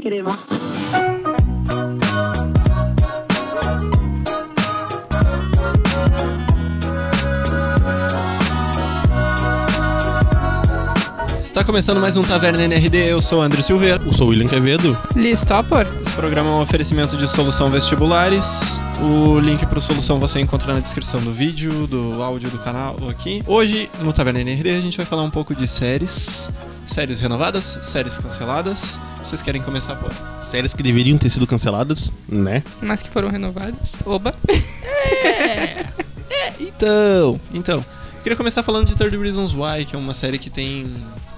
Crema. Está começando mais um Taverna NRD, eu sou o André Silveira. Eu sou o William Quevedo. Listopor? Esse programa é um oferecimento de Solução Vestibulares. O link para Solução você encontra na descrição do vídeo, do áudio do canal aqui. Hoje, no Taverna NRD, a gente vai falar um pouco de séries. Séries renovadas, séries canceladas. Vocês querem começar por? Séries que deveriam ter sido canceladas, né? Mas que foram renovadas. Oba. Então, então. Queria começar falando de 30 Reasons Why, que é uma série que tem,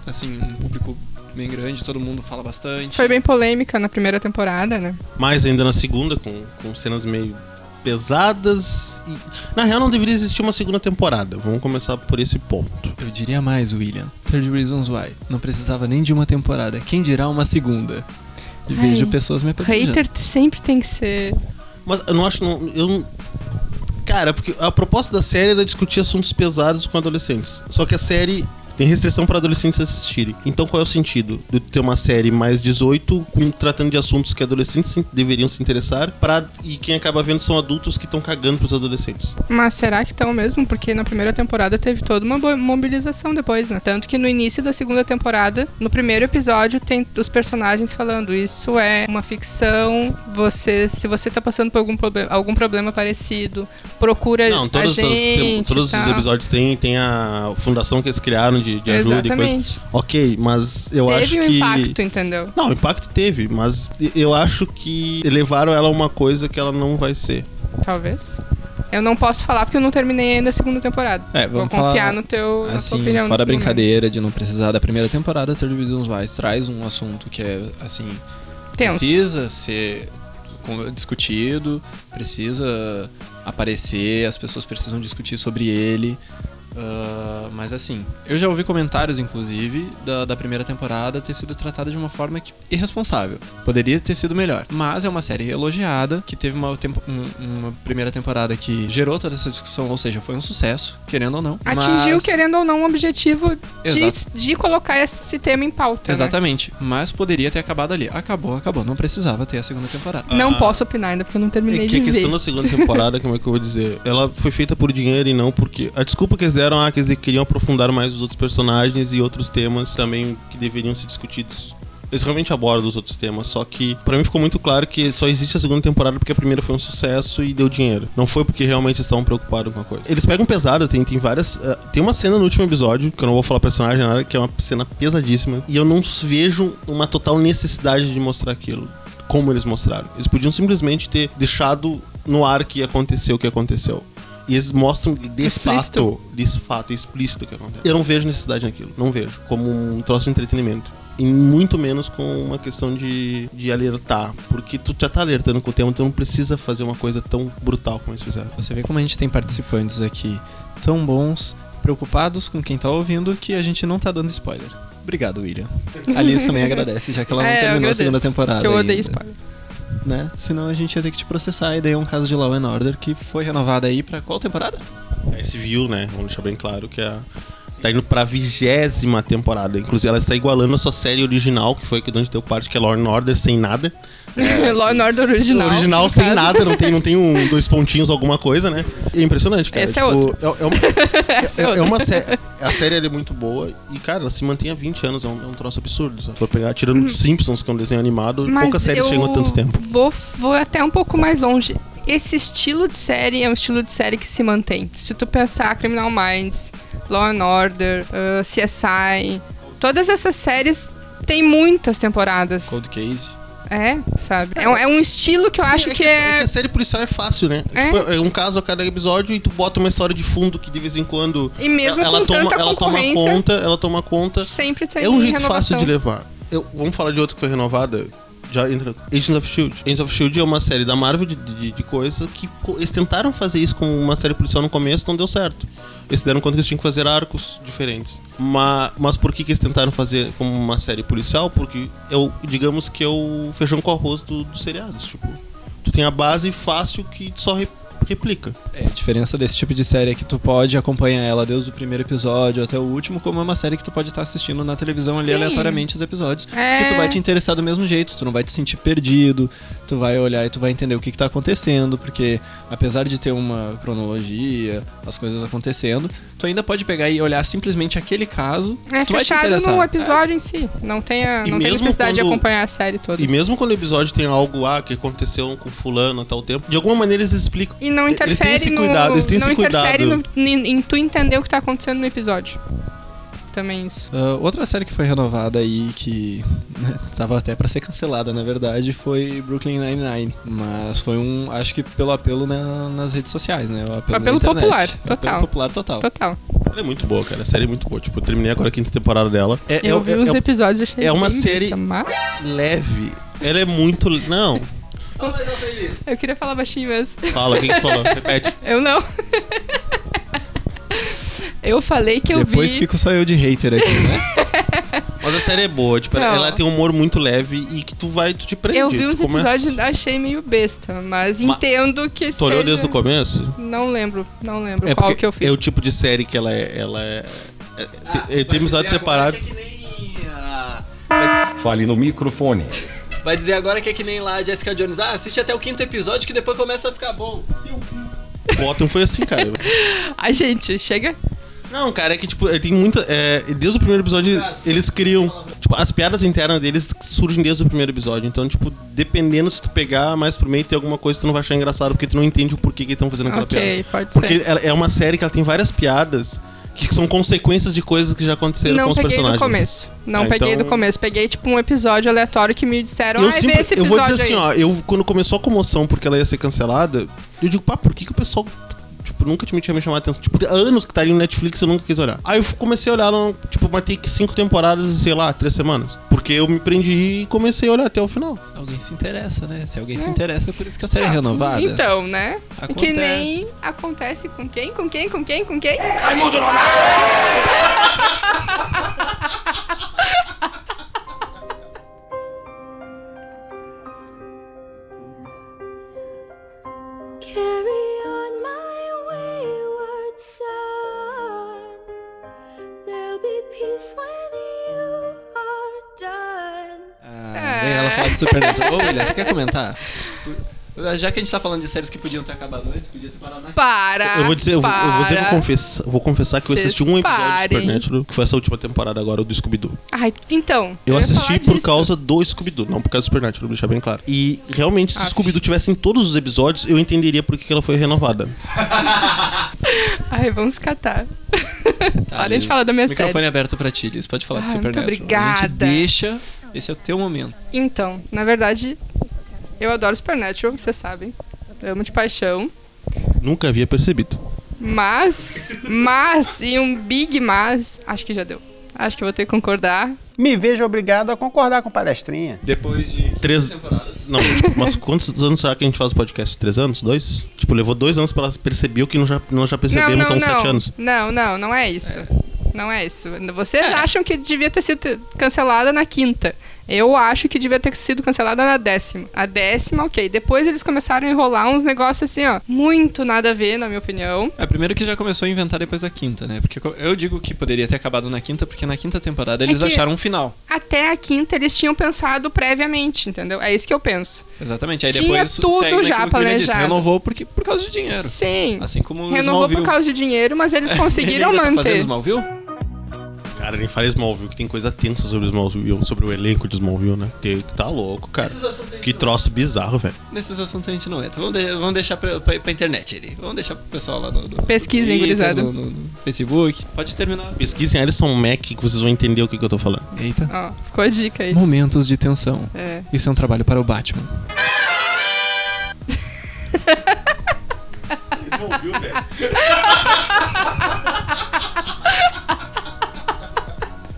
assim, um público bem grande, todo mundo fala bastante. Foi bem polêmica na primeira temporada, né? Mas ainda na segunda, com, com cenas meio pesadas. E... Na real, não deveria existir uma segunda temporada. Vamos começar por esse ponto. Eu diria mais, William. 30 Reasons Why. Não precisava nem de uma temporada. Quem dirá uma segunda? E Ai, vejo pessoas me apedrejando. Hater sempre tem que ser. Mas eu não acho. Não, eu não- Cara, porque a proposta da série era discutir assuntos pesados com adolescentes. Só que a série. Tem restrição para adolescentes assistirem. Então qual é o sentido de ter uma série mais 18 com- tratando de assuntos que adolescentes se- deveriam se interessar pra, e quem acaba vendo são adultos que estão cagando pros adolescentes? Mas será que estão mesmo? Porque na primeira temporada teve toda uma bo- mobilização depois, né? Tanto que no início da segunda temporada, no primeiro episódio, tem os personagens falando: Isso é uma ficção, você, se você tá passando por algum, proble- algum problema parecido, procura Não, todos, a os, tem- gente. todos os tá? episódios tem, tem a fundação que eles criaram de, de ajuda e coisa. Exatamente. Ok, mas eu acho Teve um que. impacto, entendeu? Não, impacto teve, mas eu acho que elevaram ela a uma coisa que ela não vai ser. Talvez. Eu não posso falar porque eu não terminei ainda a segunda temporada. É, Vou vamos confiar falar no teu na tua assim, opinião. fora a nesse brincadeira de não precisar da primeira temporada, 30 Reasons Why traz um assunto que é, assim, momento. Tenso. precisa ser con- discutido, precisa aparecer, as pessoas precisam discutir sobre ele. Ah, mas assim, eu já ouvi comentários, inclusive, da, da primeira temporada ter sido tratada de uma forma que- irresponsável. Poderia ter sido melhor. Mas é uma série elogiada, que teve uma, tempo- um- uma primeira temporada que gerou toda essa discussão, ou seja, foi um sucesso, querendo ou não. Atingiu, mas... querendo ou não, o objetivo de, Exato. de colocar esse tema em pauta. né? Exatamente, mas poderia ter acabado ali. Acabou, acabou. Não precisava ter a segunda temporada. Não Ah. posso opinar ainda porque eu não terminei É que a de ver. questão da segunda temporada, como é que eu vou dizer? Ela foi feita por dinheiro e não porque. A desculpa que eles deram é que eles queriam aprofundar mais os outros personagens e outros temas também que deveriam ser discutidos. Eles realmente abordam os outros temas, só que pra mim ficou muito claro que só existe a segunda temporada porque a primeira foi um sucesso e deu dinheiro. Não foi porque realmente eles estavam preocupados com a coisa. Eles pegam pesado, tem, tem várias. ah, tem uma cena no último episódio, que eu não vou falar personagem nada, que é uma cena pesadíssima. E eu não vejo uma total necessidade de mostrar aquilo como eles mostraram. Eles podiam simplesmente ter deixado no ar que aconteceu o que aconteceu. E eles mostram de Explícito. fato, de fato, explícito o que acontece. Eu não vejo necessidade naquilo, não vejo. Como um troço de entretenimento. E muito menos com uma questão de, de alertar. Porque tu já tá alertando com o tema, então não precisa fazer uma coisa tão brutal como eles fizeram. Você vê como a gente tem participantes aqui tão bons, preocupados com quem tá ouvindo, que a gente não tá dando spoiler. Obrigado, William. A Liz também agradece, já que ela não É, eu terminou a agradeço, segunda temporada. que eu odeio ainda, spoiler. Né? Senão a gente ia ter que te processar, e daí é um caso de Law and Order que foi renovada aí pra qual temporada? É civil, né? Vamos deixar bem claro que a. Tá indo pra vigésima temporada. Inclusive, ela está igualando a sua série original, que foi que de onde deu parte, que é Law and Order, sem nada. Law and Order original. no sem caso. nada, não tem, não tem um, dois pontinhos, alguma coisa, né? É impressionante, cara. Esse é tipo, outro. É, é uma, é é, é outro. uma série. A série ela é muito boa e, cara, ela se mantém há 20 anos, é um, é um troço absurdo. Se for pegar, tirando os Simpsons, que é um desenho animado, Uhum. Mas poucas séries eu chegam a tanto tempo. Vou, vou até um pouco mais longe. Esse estilo de série é um estilo de série que se mantém. Se tu pensar Criminal Minds, Law and Order, ah, CSI, todas essas séries têm muitas temporadas. Cold Case. É, sabe? É, um- é um estilo que eu Sim, acho é que é é. que a série policial é fácil, né? É. Tipo, é um caso a cada episódio e tu bota uma história de fundo que de vez em quando. E mesmo ela, ela com toma, tanta ela toma concorrência- conta, ela toma conta. Sempre tem É um jeito renovação. fácil de levar. Eu- vamos falar de outra que foi renovada? já entra. Agents of Shield. Agents of Shield é uma série da Marvel de, de, de coisa que co- eles tentaram fazer isso com uma série policial no começo, não deu certo. Eles se deram conta que eles tinham que fazer arcos diferentes. Mas, mas por que, que eles tentaram fazer como uma série policial? Porque é o, digamos que é o feijão com arroz do- dos seriados. Tipo, tu tem a base fácil que tu só re- replica. É, a diferença desse tipo de série é que tu pode acompanhar ela desde o primeiro episódio até o último, como é uma série que tu pode estar assistindo na televisão ali Sim. aleatoriamente os episódios. É. Que tu vai te interessar do mesmo jeito, tu não vai te sentir perdido, tu vai olhar e tu vai entender o que, que tá acontecendo, porque apesar de ter uma cronologia, as coisas acontecendo, tu ainda pode pegar e olhar simplesmente aquele caso, É tu vai te fechado interessar. no episódio em si. Não tem, a- E não tem mesmo necessidade de quando- acompanhar a série toda. E E, mesmo quando o episódio tem algo ah, que aconteceu com fulano a tal tempo, de alguma maneira eles explicam. não Eles têm interfere esse no- cuidado, eles têm não esse interfere cuidado. no- em, em tu entender o que tá acontecendo no episódio. Também isso. Ah, outra série que foi renovada aí, que né, tava até pra ser cancelada, na verdade, foi Brooklyn Nine-Nine. Mas foi um, acho que pelo apelo na- nas redes sociais, né? O apelo, na Apelo internet. O popular, total. Apelo popular total. Total. Ela é muito boa, cara. A série é muito boa. Tipo, eu terminei agora a quinta temporada dela. É, Eu é- vi um é- os é episódios e achei é uma bem série- besta, mas- leve. Ela é muito. le- Não. Eu queria falar baixinho mesmo. Fala, quem que falou? Repete. Eu não. eu falei que eu Depois vi. fico só eu de hater aqui, né? Mas a série é boa, tipo, ela, Não. ela tem um humor muito leve e que tu vai, tu te prende. Eu vi uns tu começa- episódios e achei meio besta, mas Ma- entendo que Tu olhou seja- desde o começo? Não lembro, não lembro É qual porque que eu fiz. é o tipo de série que ela é. Ela é, é- eh, tem- tem amizade separada. é Fale no microfone. ah, Vai dizer agora que é que nem lá a Jessica Jones. Ah, assiste até o quinto episódio que depois começa a ficar bom. Gotham foi assim, cara. Ai, gente, chega. Não, cara, é que, tipo, tem muita. é, desde o primeiro episódio, eles criam. Tipo, as piadas internas deles surgem desde o primeiro episódio. Então, tipo, dependendo se tu pegar mais pro meio, tem alguma coisa que tu não vai achar engraçado, porque tu não entende o porquê que estão fazendo aquela Ok, piada. pode ser. Porque ela- é uma série que ela tem várias piadas que são consequências de coisas que já aconteceram com Não os peguei do personagens. começo. Não Ah, peguei então- do começo. Peguei, tipo, um episódio aleatório que me disseram, Eu, ai, vê sempre- esse eu episódio vou dizer assim, aí. ó, eu quando começou a comoção porque ela ia ser cancelada, eu digo, pá, por que, que o pessoal tipo, nunca tinha me tinha me chamado a atenção? Tipo, há anos que tá ali no Netflix eu nunca quis olhar. Aí eu f- comecei a olhar, ela, tipo, matei que cinco temporadas, sei lá, três semanas. Porque eu me prendi e comecei a olhar até o final. Alguém se interessa, né? Se alguém se interessa, é por isso que a série é renovada. Então, né? Acontece. Que nem acontece com quem? Com quem? Com quem? Com quem? Carry on my wayward son. There'll be peace when you are done. É. Ah, vem ela falar de Supernatural. Ô, William, tu quer comentar? Já que a gente tá falando de séries que podiam ter acabado antes, podia ter parado na Para. eu vou dizer, eu vou, eu vou dizer que eu Ah, para. confessa, vou confessar que eu Vocês assisti um episódio parem. do Supernatural, que foi essa última temporada agora, o do Scooby-Doo. Ai, então. Eu ia assisti falar por disso. causa do Scooby-Doo, não por causa do Supernatural, vou deixar bem claro. E realmente, se o Ah. Scooby-Doo tivesse em todos os episódios, eu entenderia por que que ela foi renovada. Ai, vamos catar. Tá, Para de Liz. falar da minha Microfone série. aberto pra ti, Liz. Pode falar do Ai, muito Supernatural. A gente obrigada. deixa... Esse é o teu momento. Então, na verdade, eu adoro Supernatural, vocês sabem. Eu amo de paixão. Nunca havia percebido. Mas, mas, e um big mas, acho que já deu. Acho que eu vou ter que concordar. Me vejo obrigado a concordar com palestrinha. Depois de... Três. temporadas. Não, tipo, mas quantos anos será que a gente faz o podcast? Três anos? Dois? Tipo, levou dois anos pra ela perceber o que nós já, nós já percebemos há uns sete anos. Não, não, não é isso. Não é isso. Vocês acham que devia ter sido cancelada na quinta. Eu acho que devia ter sido cancelada na décima. A décima, ok. Depois eles começaram a enrolar uns negócios assim, ó. Muito nada a ver, na minha opinião. É, primeiro que já começou a inventar depois da quinta, né? Porque co- eu digo que poderia ter acabado na quinta, porque na quinta temporada eles É que- acharam um final. Até a quinta eles tinham pensado previamente, entendeu? É isso que eu penso. Exatamente. Aí Tinha depois tudo segue já naquilo que o William disse. planejado. Renovou porque, por causa de dinheiro. Sim. Assim como o Renovou Smallville. por causa de dinheiro, mas eles conseguiram Ele ainda tá fazendo manter. Smallville? Cara, nem fala Smallville, que tem coisa tensa sobre Smallville, sobre o elenco de Smallville, né? Que tá louco, cara. Esses assuntos aí Que troço bizarro, velho. Nesses assuntos a gente não entra. Vamos, de- vamos deixar pra, pra, pra internet ele. Vamos deixar pro pessoal lá no. no Pesquisem, no Twitter, gurizada. no, no- no Facebook. Pode terminar. Pesquisem Alison Mack que vocês vão entender o que, que eu tô falando. Eita. Ó, ficou a dica aí. Momentos de tensão. É. Isso é um trabalho para o Batman.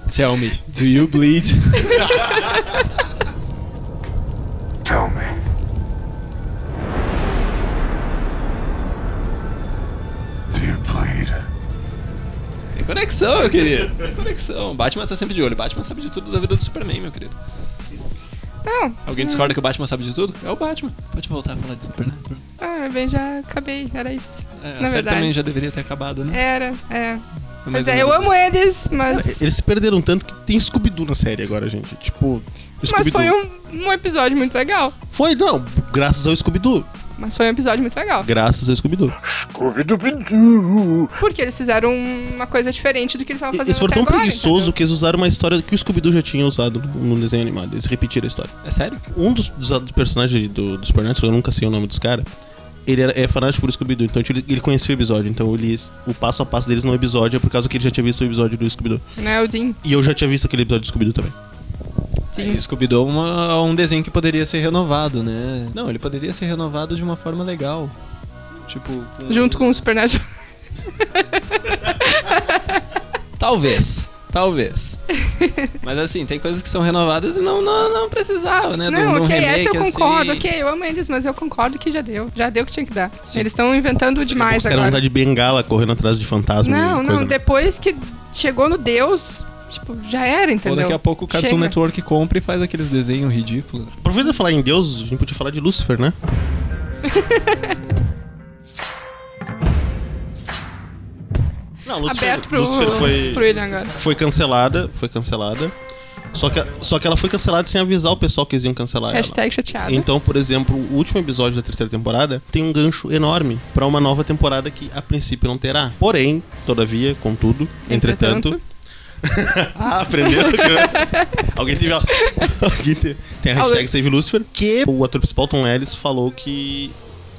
Tell me, do you bleed? Conexão, meu querido. Tem Conexão. Batman tá sempre de olho. Batman sabe de tudo da vida do Superman, meu querido. Não, Alguém discorda que o Batman sabe de tudo? É o Batman. Pode voltar a falar de Supernatural. ah, bem, já acabei, era isso. É, a Na série verdade. também já deveria ter acabado, né? Era, é. Mais Mas ou é, eu menos. amo eles, mas. Eles se perderam tanto que tem Scooby-Doo na série agora, gente. Tipo, Mas Scooby-Doo. foi um, um episódio muito legal. Foi, não. Graças ao Scooby-Doo. Mas foi um episódio muito legal. Graças ao Scooby-Doo. Porque eles fizeram uma coisa diferente do que eles estavam tá fazendo. Eles foram até tão agora, preguiçosos entendeu? que eles usaram uma história que o Scooby-Doo já tinha usado no no desenho animado. Eles repetiram a história. É sério? Um dos, dos, dos personagens do, do Supernatural, eu nunca sei o nome dos caras, ele era, é fanático por Scooby-Doo, então ele, ele conhecia o episódio. Então ele, o passo a passo deles no episódio é por causa que ele já tinha visto o episódio do Scooby-Doo. Né, o Jim. E eu já tinha visto aquele episódio do Scooby-Doo também. Jim. Scooby-Doo é uma- um desenho que poderia ser renovado, né? Não, ele poderia ser renovado de uma forma legal. Tipo, com- Junto com o Supernatural. Talvez. Talvez. Mas assim, tem coisas que são renovadas e não, não, não precisava, né? de um- Não, de um ok, remake, essa eu concordo, assim. ok, eu amo eles, mas eu concordo que já deu. Já deu o que tinha que dar. Sim. Eles estão inventando demais Os caras vão estar Ah, agora. de bengala correndo atrás de fantasma Não, e não, coisa. né? depois que chegou no Deus, tipo, já era, Ou entendeu? daqui a pouco o Cartoon Chega. Network compra e faz aqueles desenhos ridículos. Aproveita pra falar em Deus, a gente podia falar de Lúcifer, né? Não, Lúcifer, Aberto pro, Lúcifer foi, pro William agora. foi cancelada, foi cancelada. Só que, só que ela foi cancelada sem avisar o pessoal que eles iam cancelar ela. Hashtag chateado. Então, por exemplo, o último episódio da terceira temporada tem um gancho enorme pra uma nova temporada que a princípio não terá. Porém, todavia, contudo, entretanto. ah, aprendeu? Alguém teve. a- Alguém teve... Tem a hashtag Alguém. Save Lucifer, que o ator principal Tom Ellis falou que.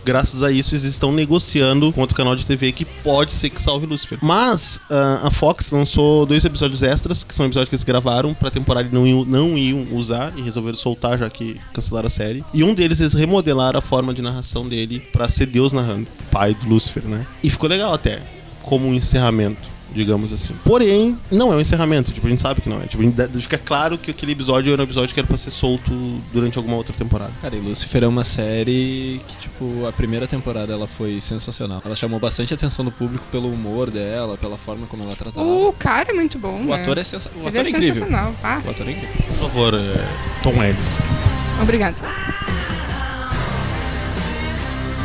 Graças a isso, eles estão negociando com outro canal de TV que pode ser que salve Lucifer. Mas ah, a Fox lançou dois episódios extras, que são episódios que eles gravaram pra temporada e não iam, não iam usar e resolveram soltar já que cancelaram a série. E um deles eles remodelaram a forma de narração dele pra ser Deus narrando, pai do Lucifer, né? E ficou legal até como um encerramento, digamos assim. Porém, não é um encerramento, tipo, a gente sabe que não é. Tipo, ainda fica claro que aquele episódio era um episódio que era pra ser solto durante alguma outra temporada. Cara, e Lucifer é uma série que, tipo, a primeira temporada ela foi sensacional. Ela chamou bastante atenção do público pelo humor dela, pela forma como ela tratava. O cara é muito bom. Tá. O né? ator é, sensa... o Ele ator é é incrível. sensacional. Ah, O ator é incrível. Por favor, eh, Tom Ellis. obrigada.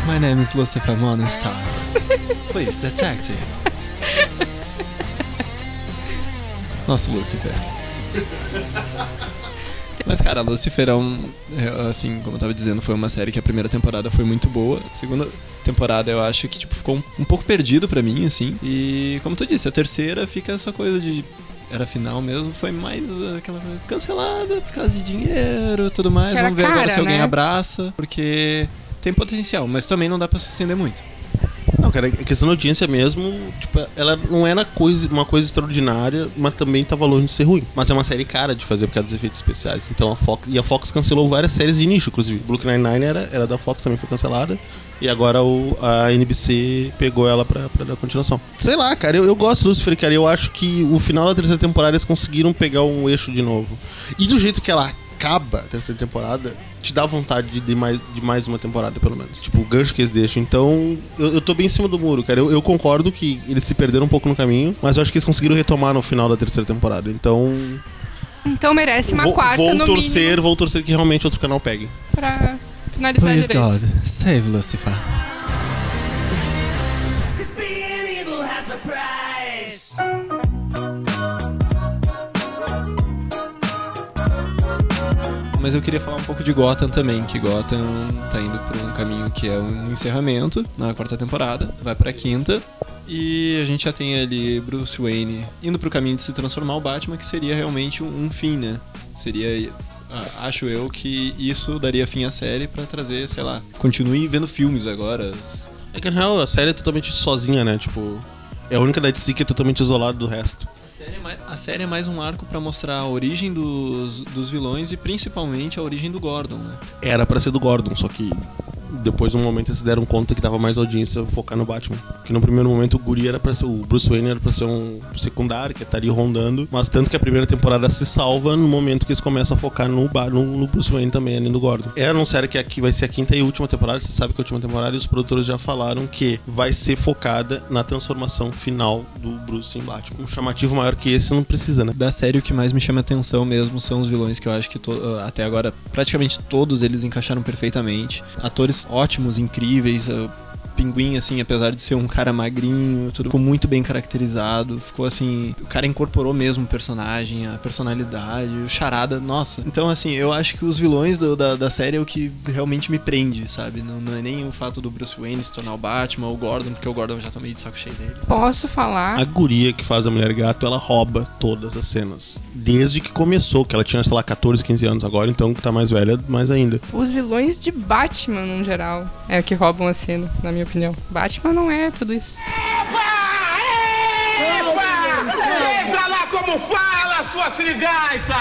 My name is Lucifer Morningstar. Please, detective. Nossa, Lucifer. Mas, cara, Lucifer é um. é, Assim, como eu tava dizendo, foi uma série que a primeira temporada foi muito boa. A segunda temporada eu acho que tipo, ficou um, um pouco perdido pra mim, assim. E, como tu disse, a terceira fica essa coisa de. Era final mesmo, foi mais aquela coisa cancelada por causa de dinheiro e tudo mais. Que era Vamos ver agora cara, se alguém né? abraça, porque tem potencial, mas também não dá pra se estender muito. Não, cara, a questão da audiência mesmo, tipo, ela não era coisa, uma coisa extraordinária, mas também tava longe de ser ruim. Mas é uma série cara de fazer por causa dos efeitos especiais. Então a Fox. E a Fox cancelou várias séries de nicho, inclusive. Blue Nine-Nine era, era da Fox, também foi cancelada. E agora o, a NBC pegou ela pra, pra dar continuação. Sei lá, cara, eu, eu gosto do Lucifer, cara. Eu acho que o final da terceira temporada eles conseguiram pegar um eixo de novo. E do jeito que ela acaba a terceira temporada, te dá vontade de, de mais, de mais uma temporada, pelo menos. Tipo, o gancho que eles deixam. Então, eu, eu tô bem em cima do muro, cara. Eu, eu concordo que eles se perderam um pouco no caminho, mas eu acho que eles conseguiram retomar no final da terceira temporada. Então, Então merece uma vou, quarta vou no torcer, mínimo vou torcer que realmente outro canal pegue. pra finalizar direito. save Lucifer. Mas eu queria falar um pouco de Gotham também, que Gotham tá indo por um caminho que é um encerramento na quarta temporada, vai pra quinta. E a gente já tem ali Bruce Wayne indo pro caminho de se transformar o Batman, que seria realmente um, um fim, né? Seria, ah, acho eu, que isso daria fim à série pra trazer, sei lá, continue vendo filmes agora. as- É que na real a série é totalmente sozinha, né? Tipo, é a única da DC que é totalmente isolada do resto. A série é mais, a série é mais um arco pra mostrar a origem dos, dos vilões e principalmente a origem do Gordon, né? Era pra ser do Gordon, só que depois num momento eles se deram conta que dava mais audiência focar no Batman. Que no primeiro momento o Guri era pra ser. O Bruce Wayne era pra ser um secundário, que estaria rondando. Mas tanto que a primeira temporada se salva no momento que eles começam a focar no, Ba- no, no Bruce Wayne também, ali no Gordon. É anunciaram que aqui vai ser a quinta e última temporada. Você sabe que é a última temporada e os produtores já falaram que vai ser focada na transformação final do Bruce em Batman. Um chamativo maior que esse não precisa, né? Da série, o que mais me chama atenção mesmo são os vilões que eu acho que to- ah, até agora praticamente todos eles encaixaram perfeitamente. Atores ótimos, incríveis. ah, Pinguim, assim, apesar de ser um cara magrinho, tudo ficou muito bem caracterizado. Ficou assim. O cara incorporou mesmo o personagem, a personalidade, o charada, nossa. Então, assim, eu acho que os vilões do- da, da série é o que realmente me prende, sabe? Não, não é nem o fato do Bruce Wayne se tornar o Batman ou o Gordon, porque o Gordon eu já tô meio de saco cheio dele. Posso falar? A guria que faz a Mulher Gato, ela rouba todas as cenas. Desde que começou, que ela tinha, sei lá, 14, 15 anos agora, então que tá mais velha, mais ainda. Os vilões de Batman, no geral, é o que roubam a cena, na minha opinião. Batman não é tudo isso. Veja lá como fala, sua sirigaita!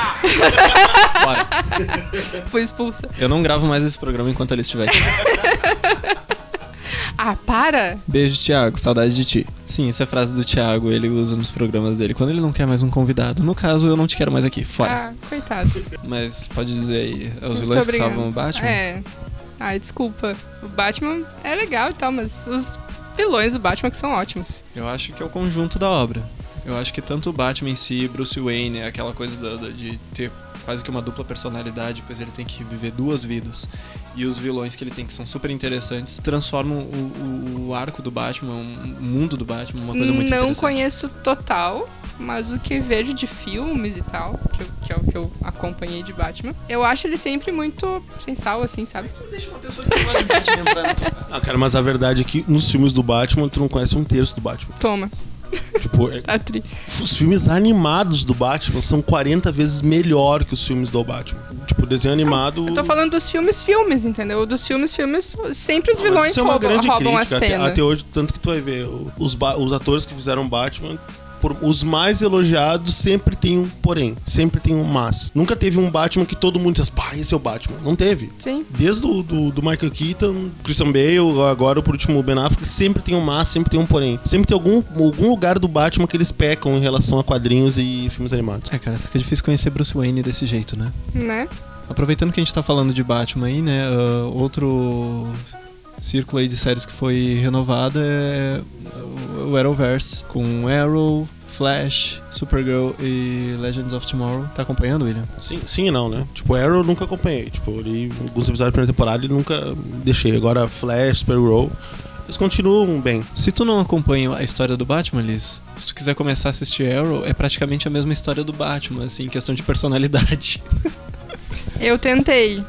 Bora! Foi expulsa. Eu não gravo mais esse programa enquanto ele estiver aqui. Ah, para! Beijo, Thiago. Saudade de ti. Sim, essa é a frase do Thiago, ele usa nos programas dele. Quando ele não quer mais um convidado. No caso, eu não te quero mais aqui. Fora. Ah, coitado. Mas pode dizer aí, é os Muito vilões que obrigada. salvam o Batman? É. Ai, desculpa. O Batman é legal e tal, mas os vilões do Batman que são ótimos. Eu acho que é o conjunto da obra. Eu acho que tanto o Batman em si, Bruce Wayne, aquela coisa da- da- de ter quase que uma dupla personalidade, pois ele tem que viver duas vidas. E os vilões que ele tem que são super interessantes, transformam o, o- o arco do Batman, um, o mundo do Batman, uma coisa muito Não interessante. conheço total, mas o que vejo de filmes e tal, que, eu- que é o que eu acompanhei de Batman, eu acho ele sempre muito sem sal, assim, sabe? Deixa uma pessoa que não gosta de Batman entrar na tua Ah, cara, mas a verdade é que nos filmes do Batman, tu não conhece um terço do Batman. Toma, Tipo, é- tá tri. os filmes animados do Batman são 40 vezes melhor que os filmes do Batman. Tipo, desenho animado. Eu tô falando dos filmes, filmes, entendeu? Dos filmes, filmes, sempre os Mas vilões isso é uma roubam, grande roubam crítica a até, cena. até hoje, tanto que tu vai ver o- os, ba- os atores que fizeram Batman. por- os mais elogiados sempre tem um porém, sempre tem um mas. Nunca teve um Batman que todo mundo diz, pá, esse é o Batman. Não teve. Sim. Desde o do, do Michael Keaton, Christian Bale, agora por último o Ben Affleck, sempre tem um mas, sempre tem um porém. Sempre tem algum, algum lugar do Batman que eles pecam em relação a quadrinhos e filmes animados. É, cara, fica difícil conhecer Bruce Wayne desse jeito, né? Né? Aproveitando que a gente tá falando de Batman aí, né? ah, outro círculo aí de séries que foi renovada é o Arrowverse, com Arrow, Flash, Supergirl e Legends of Tomorrow. Tá acompanhando, William? Sim, sim e não, né? Tipo, Arrow eu nunca acompanhei. Tipo, eu li alguns episódios da primeira temporada e nunca deixei. Agora Flash, Supergirl, eles continuam bem. Se tu não acompanha a história do Batman, Liz, se tu quiser começar a assistir Arrow, é praticamente a mesma história do Batman, assim, em questão de personalidade. Eu tentei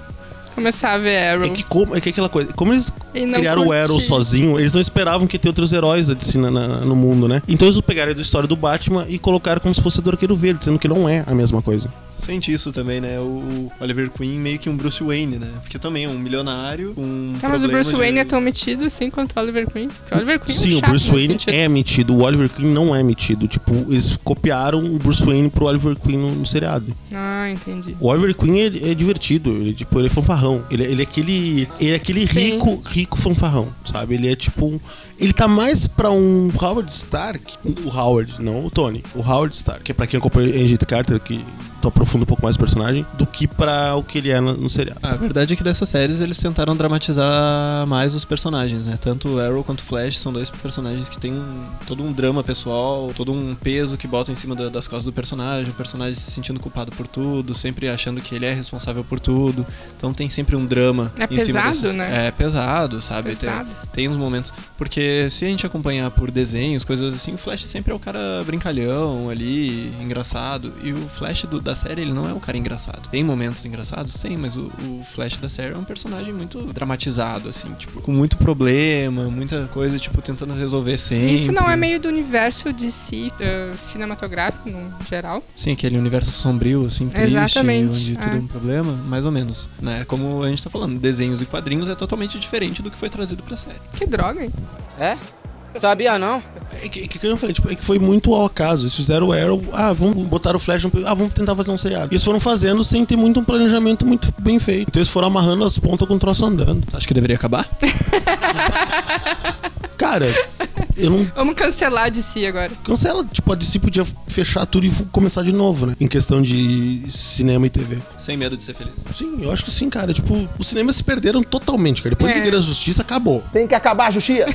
começar a ver Arrow. É que, como, é que aquela coisa, como eles E Uhum. não criaram o curti. Arrow sozinho, eles não esperavam que ia ter outros heróis da DC na- na- no mundo, né? Então eles pegaram a história do Batman e colocaram como se fosse do Arqueiro Verde, sendo que não é a mesma coisa. Sente isso também, né? O Oliver Queen meio que um Bruce Wayne, né? Porque também é um milionário, um. Ah, mas o problema Bruce de- Wayne é tão metido assim quanto o Oliver Queen. Porque o Oliver Queen é Sim, um o chato Bruce nesse Wayne sentido. é metido, o Oliver Queen não é metido. Tipo, eles copiaram o Bruce Wayne pro Oliver Queen no, no seriado. Ah, entendi. O Oliver Queen ele é divertido, ele tipo, ele é fanfarrão. Ele, ele é aquele, ele é aquele Sim. rico, rico fanfarrão, sabe? Ele é tipo, um- ele tá mais pra um Howard Stark, o Howard, não o Tony, o Howard Stark, que é pra quem acompanha o Agent Carter que tô aprofundando um pouco mais o personagem, do que pra o que ele é no, no seriado. A verdade é que dessas séries eles tentaram dramatizar mais os personagens, né? Tanto o Arrow quanto o Flash são dois personagens que têm um- todo um drama pessoal, todo um peso que botam em cima da- das costas do personagem, o personagem se sentindo culpado por tudo, sempre achando que ele é responsável por tudo. Então tem sempre um drama É em cima pesado, desses. né? É pesado, sabe? Tem- Pesado. tem uns momentos. Porque se a gente acompanhar por desenhos, coisas assim, o Flash sempre é o cara brincalhão ali, engraçado. E o Flash do- da série, ele não é um cara engraçado. Tem momentos engraçados? Tem, mas o, o Flash da série é um personagem muito dramatizado, assim, tipo, com muito problema, muita coisa, tipo, tentando resolver sempre. Isso não é meio do universo de si eh, cinematográfico, no geral. Sim, aquele universo sombrio, assim, triste, Exatamente, onde tudo é. é. um problema, mais ou menos. Né? Como a gente tá falando, desenhos e quadrinhos é totalmente diferente do que foi trazido pra série. Que droga, hein? É? Sabia não? É que, que, que eu falei, tipo, é que foi muito ao acaso. Eles fizeram o Arrow, ah, vamos botar o Flash, no pe- ah, vamos tentar fazer um seriado. E eles foram fazendo sem ter muito um planejamento muito bem feito. Então eles foram amarrando as pontas com o troço andando. Tu acha que deveria acabar? Cara, eu não Vamos cancelar de si agora. cancela. Tipo, a DC podia fechar tudo e começar de novo, né? Em questão de cinema e TV. Sem medo de ser feliz. Sim, eu acho que sim, cara. Tipo, os cinemas se perderam totalmente, cara. Depois É. que Liga da Justiça, acabou. Tem que acabar a justiça.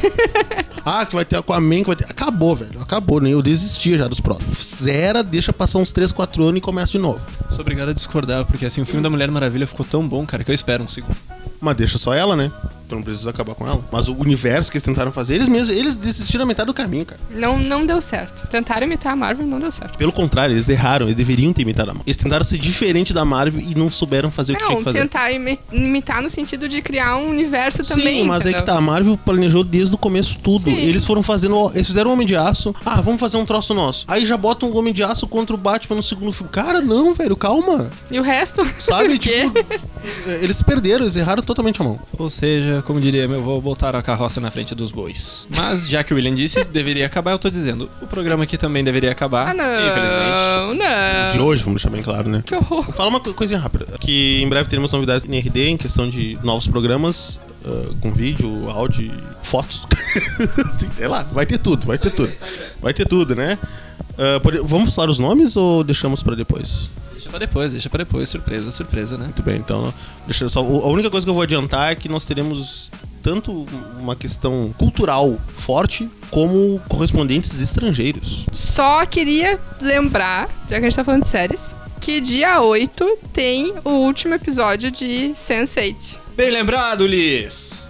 Ah, que vai ter Aquaman, que vai ter... Acabou, velho. Acabou, né? Eu desistia já dos próximos. Zera, deixa passar uns 3, 4 anos e começa de novo. Sou obrigado a discordar, porque assim, o filme da Mulher Maravilha ficou tão bom, cara, que eu espero um segundo. Mas deixa só ela, né? Tu não precisa acabar com ela. Mas o universo que eles tentaram fazer, eles mesmos, eles desistiram na metade do caminho, cara. Não, não deu certo. Tentaram imitar a Marvel, não deu certo. Pelo contrário, eles erraram, eles deveriam ter imitado a Marvel. Eles tentaram ser diferente da Marvel e não souberam fazer o que tinha não, que fazer. tentar imi- imitar no sentido de criar um universo também. Sim, mas é que entendeu? tá, a Marvel planejou desde o começo tudo. Sim. Eles foram fazendo. Eles fizeram o Homem de Aço. Ah, vamos fazer um troço nosso. Aí já botam o Homem de Aço contra o Batman no segundo filme. Cara, não, velho, calma. E o resto? tá. Sabe? O quê? tipo, eles perderam, eles erraram totalmente a mão. Ou seja, como diria, eu vou botar a carroça na frente dos bois. Mas, já que o William disse, deveria acabar, eu tô dizendo. O programa aqui também deveria acabar. Ah, Infelizmente. não, De não. hoje, vamos deixar bem claro, né? Que horror. Fala uma co- coisinha rápida. Que em breve teremos novidades em RD em questão de novos programas. ah, com vídeo, áudio, e fotos. Sei lá, vai ter tudo, vai ter tudo. Vai ter tudo, né? Ah, pode- vamos falar os nomes ou deixamos pra depois? Deixa pra depois, deixa pra depois. Surpresa, surpresa, né? Muito bem, então. Deixa eu só, o- a única coisa que eu vou adiantar é que nós teremos tanto uma questão cultural forte como correspondentes estrangeiros. Só queria lembrar, já que a gente tá falando de séries, que dia 8 tem o último episódio de Sense8. Bem lembrado, Liz!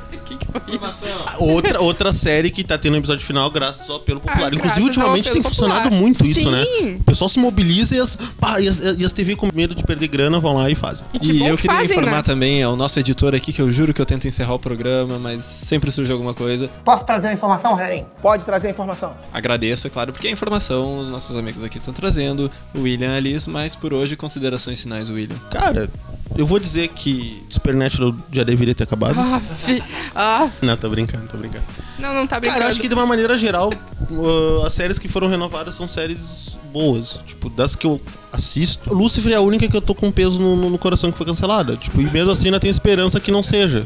Ah, Outra, outra série que tá tendo episódio final graças ao apelo popular. Ah, graças Inclusive, ao ultimamente apelo tem funcionado popular. muito isso, Sim. né? O pessoal se mobiliza e as, pá, e as, e as TV com medo de perder grana vão lá e fazem. que e bom eu que queria fazem, informar né? também ao nosso editor aqui, que eu juro que eu tento encerrar o programa, mas sempre surge alguma coisa. Posso trazer uma informação, Harry? Pode trazer a informação. Agradeço, é claro, porque a informação os nossos amigos aqui estão trazendo, o William, a Liz, mas por hoje, considerações finais, William. Cara, eu vou dizer que Supernatural já deveria ter acabado. Ah. Aff, aff. Não, tô brincando, tô brincando. Não, não tá brincando. Cara, eu acho que de uma maneira geral, uh, as séries que foram renovadas são séries boas. Tipo, das que eu assisto. Lucifer é a única que eu tô com peso no, no- no coração que foi cancelada. Tipo, e mesmo assim ainda tenho esperança que não seja.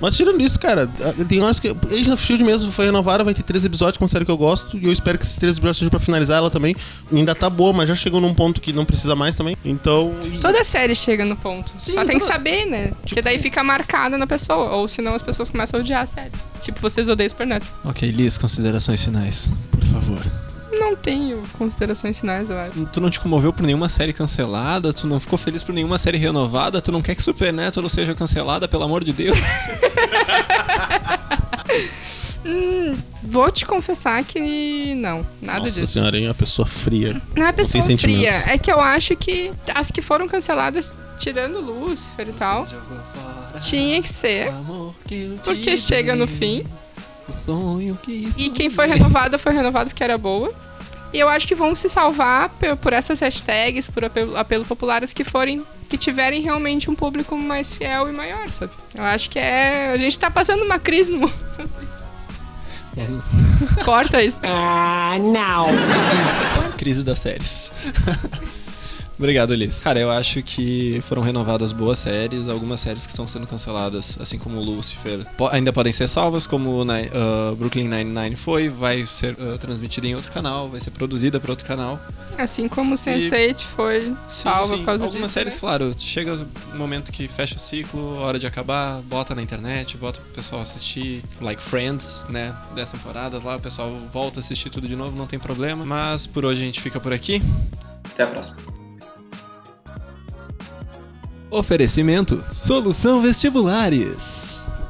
Mas tirando isso, cara, a- tem horas que. Age of Shield mesmo foi renovada, vai ter três episódios com uma série que eu gosto. E eu espero que esses três episódios sejam pra finalizar ela também. Ainda tá boa, mas já chegou num ponto que não precisa mais também. Então. e- Toda série chega no ponto. Sim, Só tem que toda- Tipo- saber, né? Porque daí fica marcada na pessoa. Ou senão as pessoas começam a odiar a série. Tipo, vocês odeiam Supernatural. Ok, Liz, considerações finais, por favor. Não tenho considerações finais, eu acho. Tu não te comoveu por nenhuma série cancelada, tu não ficou feliz por nenhuma série renovada, tu não quer que Supernatural seja cancelada, pelo amor de Deus. Vou te confessar que não. Nada Nossa disso. senhora, hein? Uma pessoa fria. Não é a pessoa tem fria. sentimentos. É que eu acho que as que foram canceladas, tirando Lúcifer e tal, tinha que ser. Porque chega no fim. E quem foi renovada foi renovada porque era boa. E eu acho que vão se salvar pe- por essas hashtags, por apelo, apelo populares que forem. Que tiverem realmente um público mais fiel e maior, sabe? Eu acho que é. A gente tá passando uma crise no mundo. Corta isso. Crise das séries. Obrigado, Liz. Cara, eu acho que foram renovadas boas séries, algumas séries que estão sendo canceladas, assim como Lucifer, po- ainda podem ser salvas, como Ni- ah, Brooklyn Nine-Nine foi, vai ser ah, transmitida em outro canal, vai ser produzida para outro canal. Assim como o Sense8 foi Sim, salvo sim. por causa Algumas disso, séries, né? claro, chega o momento que fecha o ciclo, hora de acabar, bota na internet, bota pro pessoal assistir, like Friends, né? 10 temporadas lá, o pessoal volta a assistir tudo de novo, não tem problema. Mas por hoje a gente fica por aqui. Até a próxima. Oferecimento: Solução Vestibulares.